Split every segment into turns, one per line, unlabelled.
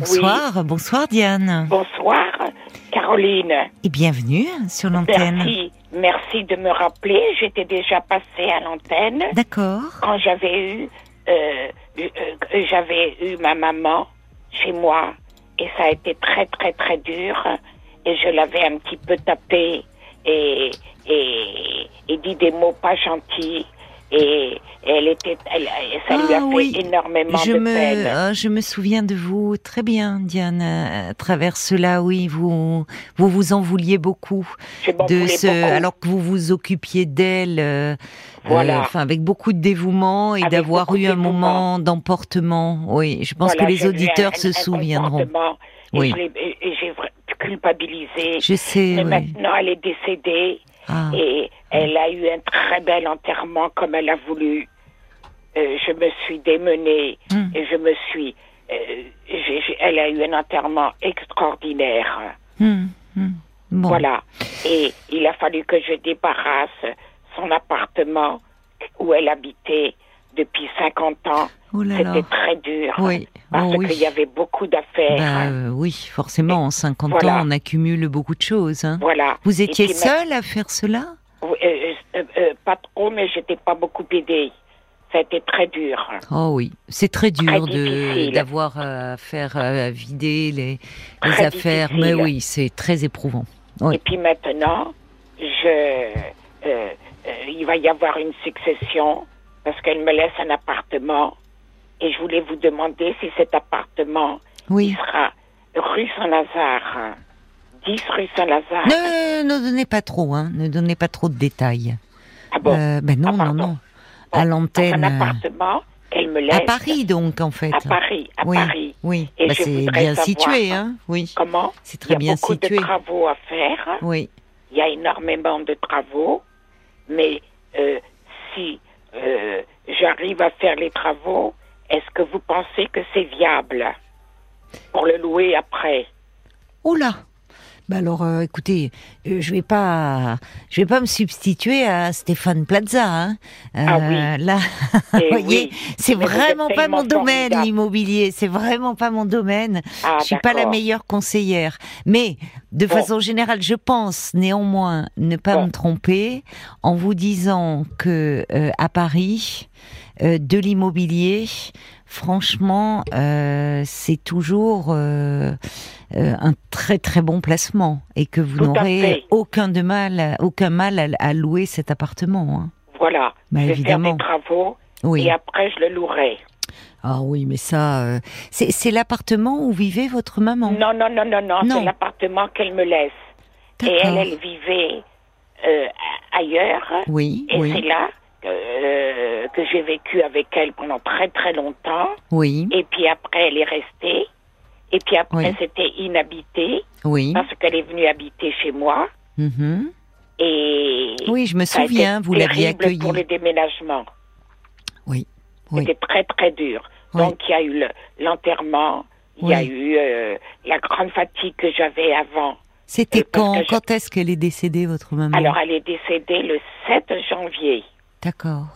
Bonsoir, bonsoir Diane.
Bonsoir, Caroline.
Et bienvenue sur l'antenne.
Merci, merci de me rappeler. J'étais déjà passée à l'antenne
D'accord.
quand j'avais eu, euh, euh, euh, j'avais eu ma maman chez moi et ça a été très très très dur et je l'avais un petit peu tapé et et, et dit des mots pas gentils et, et elle était, elle- ça lui
Ah
a fait
oui,
énormément
Je
de
me,
peine.
oh, je me souviens de vous très bien, Diane. euh, À travers cela, oui, vous vous, vous en vouliez beaucoup
Je m'en
de
voulais
ce,
beaucoup.
alors que vous vous occupiez d'elle, euh,
Voilà.
euh, enfin avec beaucoup de dévouement et
Avec
d'avoir
beaucoup
eu
de
un moment d'emportement. Oui, je pense
Voilà,
que les
j'avais
auditeurs
un-
se
un
souviendront.
comportement Et
Oui.
je l'ai- et- et j'ai vra- culpabilisé.
Je sais.
Mais
Oui.
maintenant, elle est décédée
Ah,
et elle a eu un très bel enterrement comme elle a voulu. Euh, je me suis démenée
Hmm.
et je me suis. euh, j'ai- j'ai- elle a eu un enterrement extraordinaire.
hum, hum. Bon.
Voilà. Et il a fallu que je débarrasse son appartement où elle habitait depuis 50 ans.
Oh là là.
C'était très dur.
Oui.
Parce
Oh oui.
qu'il y avait beaucoup d'affaires.
Bah, euh, oui, forcément, en 50
Eh, hein. Voilà.
ans, on accumule beaucoup de choses. hein.
Voilà.
Vous étiez
puis ma-
seule à faire cela
Oui, euh, euh, euh, pas trop, mais j'étais pas beaucoup aidée. Ça a été très dur.
Oh oui, c'est très
Très
dur de
difficile.
d'avoir euh, à faire euh, à vider les, les
Très
affaires, mais
difficile.
oui, c'est très éprouvant. Oui.
Et puis maintenant, je, euh, euh, il va y avoir une succession parce qu'elle me laisse un appartement et je voulais vous demander si cet appartement
Oui.
sera rue Saint-Lazare, 10 rue Saint-Lazare.
Ne, ne donnez pas trop, hein, ne donnez pas trop de détails.
Ah bon,
Euh, ben non,
Ah,
non,
pardon.
non. À
un
l'antenne. euh,
appartement qu'elle me laisse
À Paris, donc, en fait.
à Paris, à
oui,
Paris.
oui.
Et
Bah,
je
c'est
voudrais
bien
savoir-
situé, hein. Oui,
Comment
c'est
Il y
très
a
bien
beaucoup
situé.
de travaux à faire.
Oui,
Il y a énormément de travaux, mais euh, si euh, j'arrive à faire les travaux, est-ce que vous pensez que c'est viable pour le louer après
Oh là bah alors, euh, écoutez, euh, je vais pas, je vais pas me substituer à Stéphane Plaza. Hein.
Ah
Euh, Là,
Eh
vous voyez,
oui.
c'est
Mais vous êtes
vraiment pas mon
tellement
domaine
formidable.
l'immobilier. C'est vraiment pas mon domaine.
Ah,
je suis pas la
d'accord.
meilleure conseillère. Mais de
Bon.
façon générale, je pense néanmoins ne pas
Bon.
me tromper en vous disant que euh, à Paris, euh, de l'immobilier, franchement, euh, c'est toujours euh, euh, un très très bon placement et que vous
Tout à
n'aurez
fait.
aucun de mal, aucun mal à, à louer cet appartement. hein.
Voilà,
Bah,
je vais
évidemment.
faire des travaux
Oui.
et après je le louerai.
Ah oui, mais ça, euh, c'est c'est l'appartement où vivait votre maman.
Non, non, non, non, non,
Non.
c'est l'appartement qu'elle me laisse. Et elle,
D'accord.
elle vivait euh, a- ailleurs.
Oui,
Et c'est
oui,
là que, euh, que j'ai vécu avec elle pendant très très longtemps.
oui,
Et puis après, elle est restée. Et puis après,
Oui.
c'était inhabité
oui.
parce qu'elle est venue habiter chez moi.
mhm.
Et
Oui, je me
ça a été
souviens, vous l'aviez
terrible pour le
accueillie.
déménagement.
Oui, oui.
C'était très très dur.
Oui.
Donc il y a eu le- l'enterrement, il y a
Oui.
eu euh, la grande fatigue que j'avais avant.
C'était
euh, parce
quand
que je-
Quand est-ce qu'elle est décédée, votre maman
Alors elle est décédée le 7 janvier.
D'accord,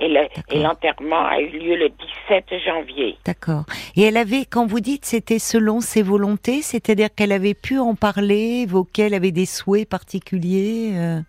Et le-
D'accord.
et l'enterrement a eu lieu le 17 janvier.
d'accord. Et elle avait, quand vous dites, c'était selon ses volontés, c'est-à-dire qu'elle avait pu en parler, évoquer, elle avait des souhaits particuliers. euh,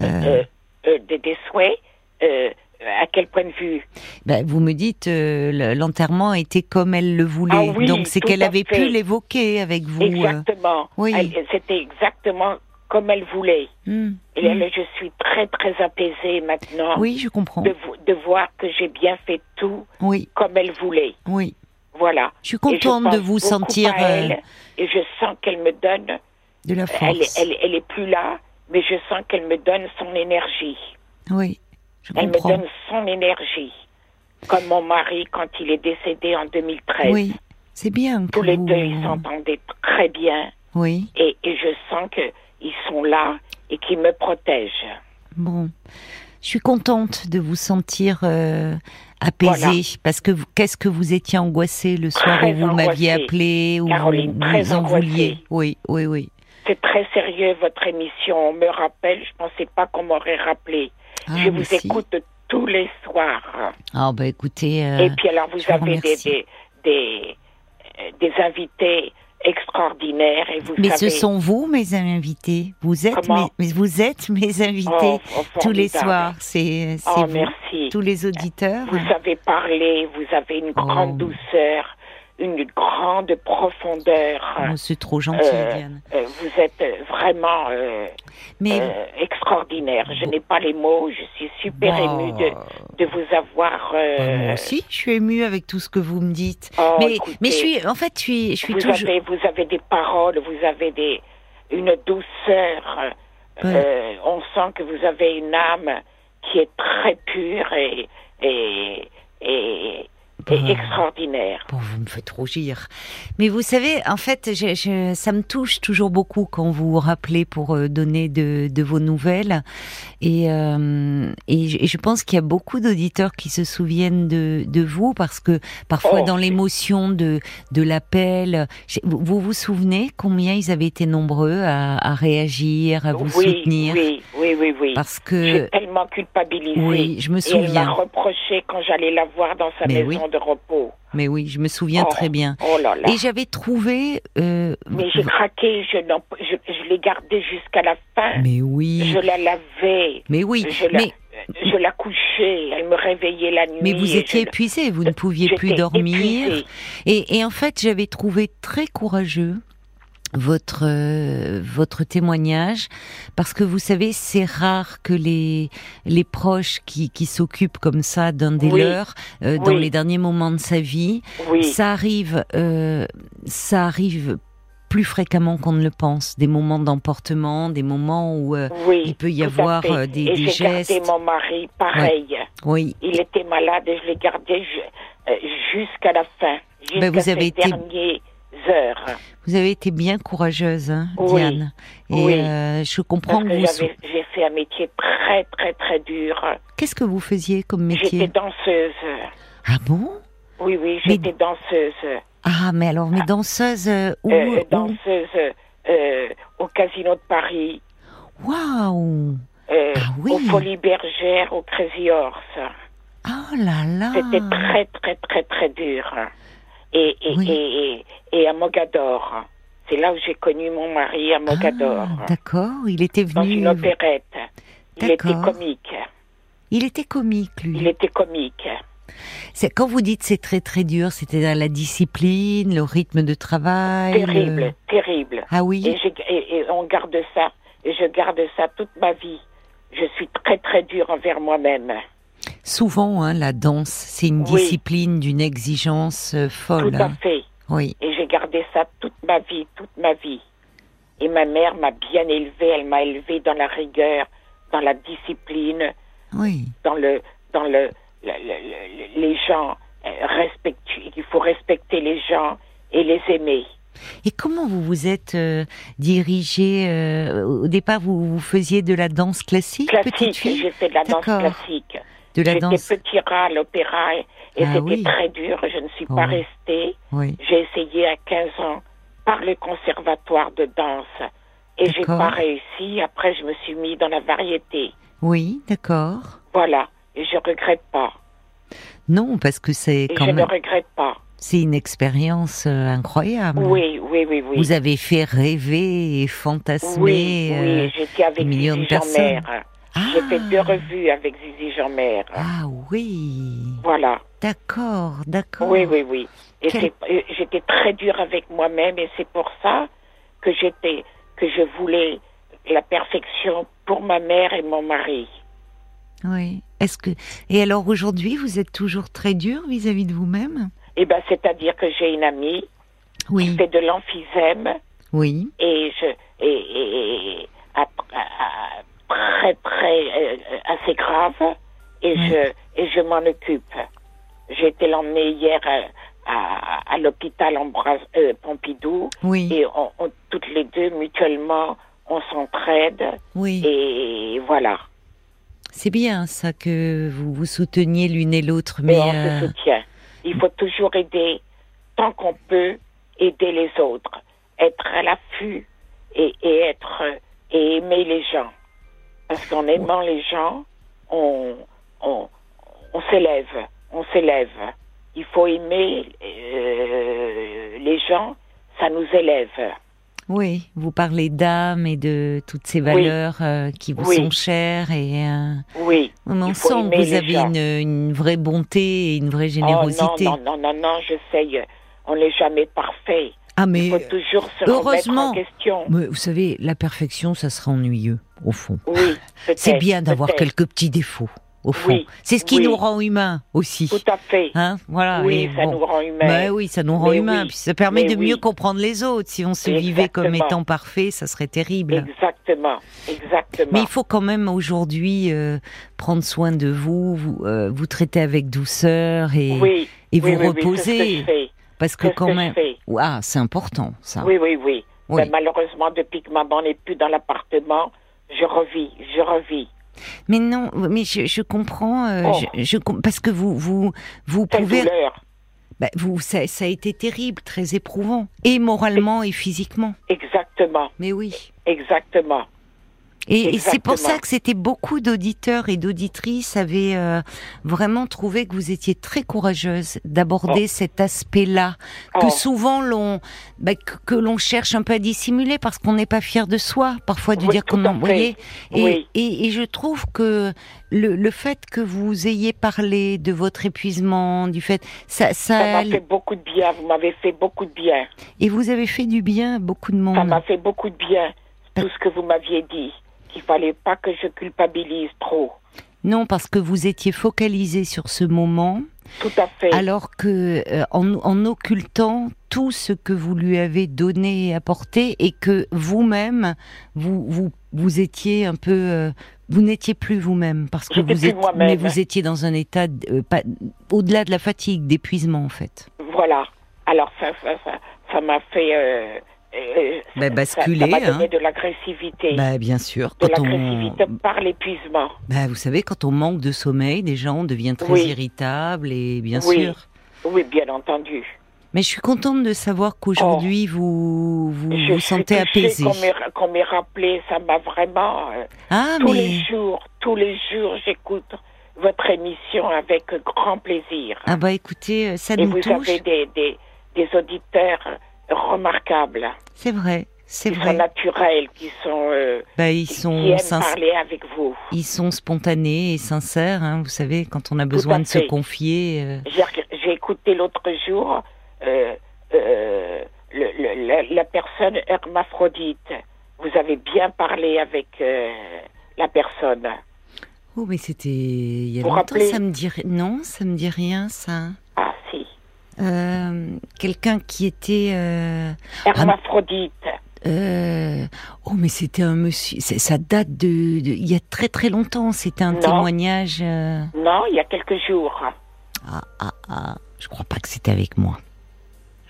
euh,
Euh, euh, des, des souhaits. euh, à quel point de vue
ben, vous me dites, euh, le- l'enterrement était comme elle le voulait,
Ah oui,
donc c'est
tout
qu'elle
à
avait
fait.
pu l'évoquer avec vous. euh.
Exactement.
oui.
Elle- C'était exactement comme elle voulait.
Hmm,
Et
hmm.
elle- je suis très, très apaisée maintenant
Oui, je comprends.
de, vo- de voir que j'ai bien fait tout
Oui,
comme elle voulait.
oui.
Voilà.
Je suis
Et je
contente
pense
de vous
beaucoup
sentir
à elle,
euh,
et je sens qu'elle me donne.
de la
Elle,
force.
elle, elle est plus là, mais je sens qu'elle me donne son énergie.
Oui, je
Elle me
comprends.
donne son énergie. Comme mon mari quand il est décédé en 2013.
Oui, c'est bien que
Tous les
vous-
deux, ils s'entendaient très bien
Oui,
et, et je sens qu'ils sont là et qu'ils me protègent.
bon. Je suis contente de vous sentir euh, apaisée
Voilà.
parce que vous- qu'est-ce que vous étiez angoissée le soir
Très
où vous m'aviez
angoissée,
appelé, où
Caroline,
vous,
très
vous en
angoissée.
vouliez. Oui, oui, oui.
C'est très sérieux votre émission. On me rappelle, je pensais pas qu'on m'aurait rappelé.
Ah,
je
mais
vous
si.
écoute tous les soirs.
Ah bah écoutez, euh,
et puis alors vous
je vous
avez des,
remercie.
des, des- euh, des invités extraordinaires et vous
Mais
savez.
ce sont vous, mes invités. Vous êtes, mes,
Comment
mais vous êtes mes invités
oh, oh,
tous les
formidable.
soirs. C'est c'est
Oh,
vous,
merci.
tous les auditeurs.
Vous savez parler, vous avez une grande
Oh.
douceur, une grande profondeur.
Oh, c'est trop gentil,
Euh,
Diane.
Euh, vous êtes euh, vraiment euh,
Mais
euh, extraordinaire. Je
Bon.
n'ai pas les mots, je suis super
Bah,
émue de, de vous avoir.
bah,
euh,
moi aussi, je suis émue avec tout ce que vous me dites.
oh,
mais,
écoutez,
mais je suis, en fait, je suis, je suis
vous,
toujours.
avez, vous avez des paroles, vous avez des, une douceur.
Ouais.
Euh, on sent que vous avez une âme qui est très pure et, et, et,
Bah.
et extraordinaire.
Bon, vous me faites rougir. Mais vous savez, en fait, je- je- ça me touche toujours beaucoup quand vous vous rappelez pour euh, donner de, de vos nouvelles. Et, euh, et, je- et je pense qu'il y a beaucoup d'auditeurs qui se souviennent de, de vous parce que parfois
Oh,
dans
c'est-
l'émotion de, de l'appel, j'ai- vous vous vous souvenez combien ils avaient été nombreux à, à réagir, à vous
oui,
soutenir
oui, oui, oui, oui.
Parce
J'ai
que,
tellement culpabilisé.
oui, je me
Et elle m'a
souviens.
reproché quand j'allais la voir dans sa
Mais
maison de repos.
Mais oui, je me souviens
Oh.
très bien.
Oh là là.
Et j'avais trouvé... euh,
Mais j'ai craqué, je, n'en- je, je l'ai gardée jusqu'à la fin.
mais oui.
Je la lavais,
Mais oui,
je, la,
mais,
je la couchais, elle me réveillait la nuit.
mais vous
et
étiez
je la-
épuisé, vous ne pouviez plus
j'étais
dormir.
épuisée.
Et, et en fait, j'avais trouvé très courageux votre euh, votre témoignage parce que vous savez c'est rare que les les proches qui qui s'occupent comme ça d'un des
Oui.
leurs euh, dans
Oui.
les derniers moments de sa vie
Oui,
ça arrive euh, ça arrive plus fréquemment qu'on ne le pense des moments d'emportement des moments où euh,
oui.
il peut y
tout à
avoir
fait.
euh, des,
Et
des
j'ai gardé
gestes
mon mari, pareil.
oui
Il était malade et je l'ai gardé ju- euh, jusqu'à la fin, jusqu'à
Ben, vous avez
ces
été-
dernières heures.
Vous avez été bien courageuse, hein,
Oui.
Diane. Et
Oui.
euh, je comprends
Parce
que
que
vous.
j'avais- j'ai fait un métier très, très, très dur.
Qu'est-ce que vous faisiez comme
J'étais
métier
danseuse.
Ah bon
Oui, oui,
Mais-
j'étais danseuse.
Ah, mais alors, mais danseuse euh, où
Euh,
où-
danseuse euh, au Casino de Paris,
Waouh
euh,
Ah oui.
aux Folies Bergères, au Crazy Horse.
Oh là là
C'était très, très, très, très dur. Et, et,
Oui.
et, et, et à Mogador. C'est là où j'ai connu mon mari, à Mogador.
Ah, D'accord, il était
dans une
venu.
opérette. Il était
D'accord.
comique.
Il était comique, lui.
Il était comique.
C'est quand vous dites c'est très très dur, c'était dans la discipline, le rythme de travail. le-
Terrible, terrible.
Ah oui.
Et, j'ai- et- et on garde ça. Et je garde ça toute ma vie. Je suis très, très dure envers moi-même.
Souvent, hein, la danse, c'est une
Oui.
discipline d'une exigence euh, folle.
Tout à
hein.
fait.
Oui.
Et j'ai gardé ça toute ma vie, toute ma vie. Et ma mère m'a bien élevée, elle m'a élevée dans la rigueur, dans la discipline,
Oui.
dans le, dans le, le- le- le- les gens euh, respectu- Il faut respecter les gens et les aimer.
Et comment vous vous êtes euh, dirigée euh, Au départ, vous, vous faisiez de la danse classique, petite
Classique,
fille
j'ai fait de la danse
D'accord.
classique.
De la danse
J'étais petit rat à l'opéra et et
Ah
c'était
oui.
très dur. Je ne suis
Oh.
pas restée.
Oui.
J'ai essayé à 15 ans par le conservatoire de danse et j'ai
D'accord.
pas réussi. Après, je me suis mis dans la variété.
Oui, d'accord.
Voilà. Et je regrette pas.
Non, parce que c'est
Et
quand
je ne
même.
regrette pas.
C'est une expérience euh, incroyable.
Oui, oui, oui, oui.
Vous avez fait rêver et
oui,
fantasmer. euh,
oui, j'étais
des
avec
millions
Zizi
de personnes.
Jean-Mer.
Ah,
J'ai fait deux revues avec Zizi Jean-Mer.
Ah oui.
Voilà.
D'accord, d'accord.
Oui, oui, oui. Et
Oh. Quel-
c'est- euh, j'étais très dure avec moi-même et c'est pour ça que j'étais, que je voulais la perfection pour ma mère et mon mari.
Oui. Est-ce que et alors aujourd'hui, vous êtes toujours très dur vis-à-vis de vous-même
Eh ben, c'est-à-dire que j'ai une amie qui
Oui.
fait de l'emphysème
Oui.
et je et, et- et- à- à- à- très très euh, euh, assez grave et
Ouais.
je et je m'en occupe. J'ai été l'emmener hier à, à- à l'hôpital Ambroise- euh, Pompidou
Oui.
et on, on- toutes les deux mutuellement on s'entraide
Oui.
et voilà.
C'est bien ça que vous vous souteniez l'une et l'autre,
Mais
mais
on
euh,
se soutient. Il faut toujours aider, tant qu'on peut, aider les autres, être à l'affût et, et être et aimer les gens. Parce qu'en aimant les gens, on on on s'élève, on s'élève. il faut aimer euh, les gens, ça nous élève.
Oui, vous parlez d'âme et de toutes ces valeurs euh, qui vous
Oui.
sont chères et euh,
Oui.
on en
Il faut
sent que
aimer
vous
les
avez
gens.
une, une vraie bonté et une vraie
Oh,
générosité.
non, non, non, non, non, je sais, euh, on n'est jamais parfait.
Ah
Il
mais, euh,
faut toujours se
heureusement.
remettre en question.
mais vous savez, la perfection, ça sera ennuyeux au fond.
Oui, peut-être.
C'est bien d'avoir
peut-être.
quelques petits défauts au fond.
Oui,
C'est ce qui
oui.
nous rend humains aussi.
Tout à fait.
Hein, voilà.
oui,
et
ça
bon.
nous rend humains.
Bah oui, ça nous rend
Mais
humains.
oui,
Puis ça permet
mais
de mieux
oui.
comprendre les autres. Si on se vivait comme
Exactement.
étant parfait, ça serait terrible.
Exactement, exactement.
Mais il faut quand même aujourd'hui euh, prendre soin de vous, vous, euh, vous traiter avec douceur et,
oui,
et
oui,
vous
oui, oui,
reposer.
c'est ce que je fais,
parce que
c'est ce
quand
que je
même,
fais.
ah, c'est important ça.
Oui, oui, oui.
Oui.
Ben, malheureusement, depuis que maman n'est plus dans l'appartement, je revis, je revis.
Mais non, mais je, je comprends, euh,
Oh.
je, je com- parce que vous vous vous
Quelle
pouvez,
douleur.
bah, vous ça, ça a été terrible, très éprouvant, et moralement et physiquement.
Exactement,
Mais oui.
exactement.
Et, et c'est pour
Exactement.
ça que c'était beaucoup d'auditeurs et d'auditrices avaient euh, vraiment trouvé que vous étiez très courageuse d'aborder cet aspect-là que
Oh,
souvent l'on bah, que, que l'on cherche un peu à dissimuler parce qu'on n'est pas fier de soi parfois de
Oui,
dire
tout
qu'on
à
en
fait.
voyait et,
Oui.
et, et je trouve que le, le fait que vous ayez parlé de votre épuisement du fait ça,
ça
ça
m'a fait beaucoup de bien, vous m'avez fait beaucoup de bien.
et vous avez fait du bien à beaucoup de
Ça
monde
m'a fait beaucoup de bien,
Ben.
tout ce que vous m'aviez dit, qu'il fallait pas que je culpabilise trop.
non parce que vous étiez focalisé sur ce moment
Tout à fait.
alors que euh, en, en occultant tout ce que vous lui avez donné et apporté et que vous-même vous vous vous étiez un peu euh, vous n'étiez plus vous-même parce que
J'étais
vous
plus
êtes-
moi-même.
mais vous étiez dans un état d- euh, pas- au-delà de la fatigue d'épuisement en fait.
Voilà. Alors ça, ça, ça, ça m'a fait euh, euh,
Bah,
ça-
basculer,
Ça m'a donné
hein.
de l'agressivité,
Bah bien sûr
de
quand on
l'agressivité par l'épuisement.
bah, vous savez quand on manque de sommeil déjà on devient très
Oui.
irritable et bien
Oui.
sûr.
Oui, bien entendu.
Mais je suis contente de savoir qu'aujourd'hui vous vous,
Oh. je
vous
suis
sentez
touchée
apaisé.
Qu'on m'ait, qu'on m'ait rappelé, ça m'a vraiment. euh,
Ah
tous
mais
les jours, tous les jours, j'écoute votre émission avec grand plaisir.
Ah bah écoutez, euh, ça
Et
nous
vous
touche.
avez des, des, des auditeurs remarquables,
C'est vrai, c'est
qui sont
vrai.
naturels, qui sont euh,
Bah, ils
qui
sont
aiment
sinc-
parler avec vous.
ils sont spontanés et sincères. hein, vous savez, quand on a besoin de se
fait.
confier. euh,
J'ai j'ai écouté l'autre jour euh, euh, le- le- la, la personne hermaphrodite. Vous avez bien parlé avec euh, la personne.
Oh mais c'était il y a
Vous
longtemps.
rappelez
Ça me dit ri- non, ça me dit rien ça.
Ah si,
Euh, Quelqu'un qui était. euh,
hermaphrodite.
euh, Oh mais c'était un monsieur. c'est- Ça date de, de- il y a très très longtemps. C'était un
Non.
témoignage. euh,
Non, il y a quelques jours.
Ah ah ah. Je crois pas que c'était avec moi.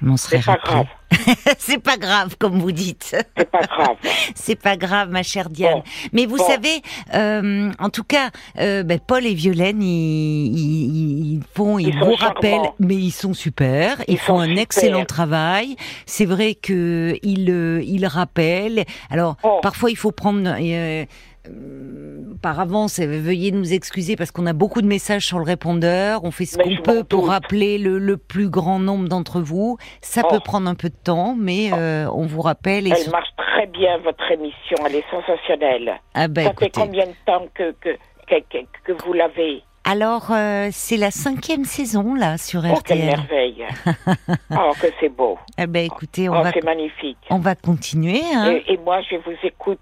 Je m'en serais
C'est pas
rappelé.
grave.
c'est pas grave comme vous dites.
C'est pas grave.
C'est pas grave, ma chère Diane.
Bon.
Mais vous
Bon.
savez, euh, en tout cas, euh, ben, Paul et Violaine, ils, ils, ils font, ils,
Ils sont
vous
charmants.
rappellent, mais ils sont super. Ils,
Ils
font
sont
un
super.
excellent travail. C'est vrai que ils, euh, ils rappellent. Alors,
Bon.
parfois, il faut prendre. euh, euh, par avance, euh, veuillez nous excuser parce qu'on a beaucoup de messages sur le répondeur. On fait ce
Mais
qu'on
je
peut
m'en
pour
doute.
rappeler le, le plus grand nombre d'entre vous. Ça
Oh.
peut prendre un peu de temps, mais euh, on vous rappelle. Et
Elle
sur-
marche très bien, votre émission. Elle est sensationnelle.
Ah ben,
Ça fait
écoutez.
combien de temps que, que, que, que, que vous l'avez
Alors, euh, c'est la cinquième saison, là, sur
Oh, quelle
RTL.
merveille. oh, que c'est beau.
Eh ben, écoutez, on,
Oh,
va,
c'est magnifique.
on va continuer. Hein.
Et, et moi, je vous écoute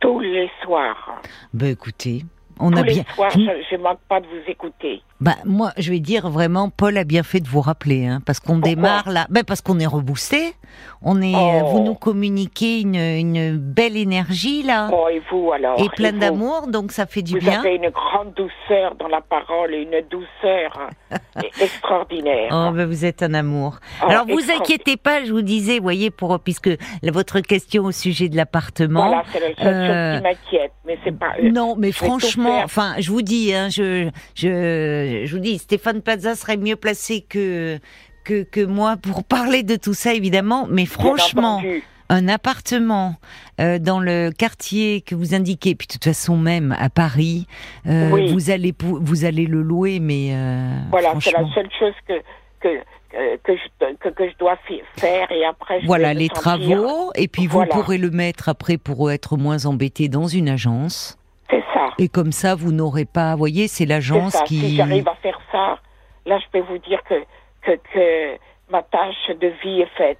tous les soirs.
Ben, écoutez, on
tous
a
les
bien...
soirs, je ne manque pas de vous écouter.
Bah, moi, je vais dire vraiment, Paul a bien fait de vous rappeler, hein, parce qu'on
Pourquoi
démarre là, ben parce qu'on est reboosté, on est, euh,
Oh.
vous nous communiquez une, une belle énergie là
Oh, et vous alors
Hein? et plein
vous
d'amour, donc ça fait du
Vous
bien.
avez une grande douceur dans la parole, et une douceur e-, extraordinaire.
Oh, ben vous êtes un amour.
Oh,
Alors vous
extraordinaire.
inquiétez pas, je vous disais, voyez, pour puisque la- votre question au sujet de l'appartement,
Voilà, c'est la seule
Euh,
chose qui m'inquiète, mais c'est pas. euh,
Non, mais
je vais tout
franchement,
faire.
enfin, je vous dis, hein, je, je, je vous dis, Stéphane Plaza serait mieux placé que, que, que moi pour parler de tout ça, évidemment. Mais
bien
franchement,
entendu.
un appartement euh, dans le quartier que vous indiquez, puis de toute façon même à Paris, euh,
Oui.
vous allez pou- vous allez le louer, mais euh,
Voilà, c'est la
franchement,
seule chose que, que, que, que je, que, que je dois fi- faire et après je
voilà
vais me
les
sentir-
travaux, et puis
Voilà.
vous pourrez le mettre après pour être moins embêté dans une agence.
C'est ça.
Et comme ça, vous n'aurez pas, vous voyez, c'est
C'est
l'agence
ça.
qui.
Si j'arrive à faire ça, là je peux vous dire que, que, que ma tâche de vie est faite.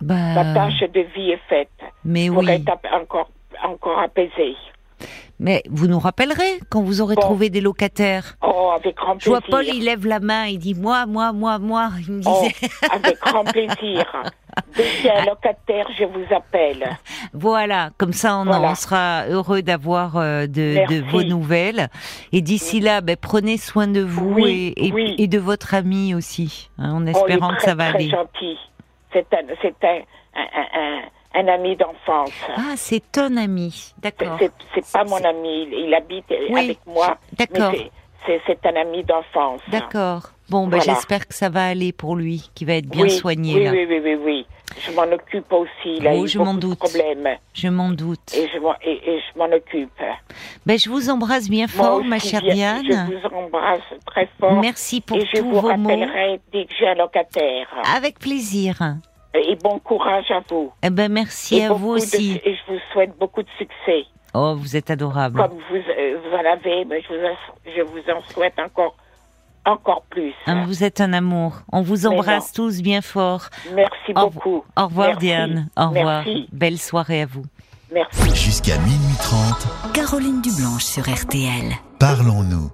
Bah,
Ma tâche de vie est faite
mais
pour
oui.
être ap- encore, encore apaisée.
Mais vous nous rappellerez quand vous aurez
Bon.
trouvé des locataires.
Oh, avec grand
Je
plaisir.
vois Paul, il lève la main, il dit moi, moi, moi, moi. Il me
Oh,
disait
avec grand plaisir. Dès qu'il y
Ah.
a un locataire, je vous appelle.
voilà, comme ça on, en-
Oh. Voilà.
on sera heureux d'avoir euh, de,
Merci.
de vos nouvelles. Et d'ici là, ben, prenez soin de vous
Oui,
et, et-
oui.
et de votre ami aussi, hein, en
On Oh, est
espérant
très,
que ça va
très
aller.
gentil. C'est un, c'est un, un, un- un- un ami d'enfance.
Ah, c'est ton ami,
C'est-
d'accord,
c'est- C'est
C'est-
pas mon ami. Il, il habite
Oui,
avec moi. mais
d'accord.
c'est- C'est c'est un ami d'enfance.
d'accord. Bon, ben,
Voilà.
j'espère que ça va aller pour lui, qui va être bien
oui,
soigné
oui,
là.
Oui, oui, oui, oui. Je m'en occupe aussi. Il a
Oh,
eu
je
beaucoup
m'en
de
doute.
problèmes.
Je m'en doute.
Et je m'en et- et je m'en occupe.
Ben, je vous embrasse bien
Moi
fort, ma
aussi,
chère
bien-
Diane.
Je vous embrasse très fort.
Merci pour
et je
tous
vous
vos mots. Ah.
rappellerai dès que j'ai un locataire.
Avec plaisir.
Et bon courage à vous.
Eh ben merci
et
à vous
beaucoup de-
aussi.
et je vous souhaite beaucoup de succès.
Oh, vous êtes adorable.
Comme vous, euh, vous en avez, mais je vous, en- je vous en souhaite encore, encore plus.
Hein, vous êtes un amour. On vous
Mais
embrasse tous bien fort.
Merci
Au-
beaucoup.
Au revoir
Merci.
Diane. Au revoir.
Merci.
Belle soirée à vous.
Merci.
Jusqu'à minuit 30,
Caroline Dublanche sur RTL.
parlons-nous.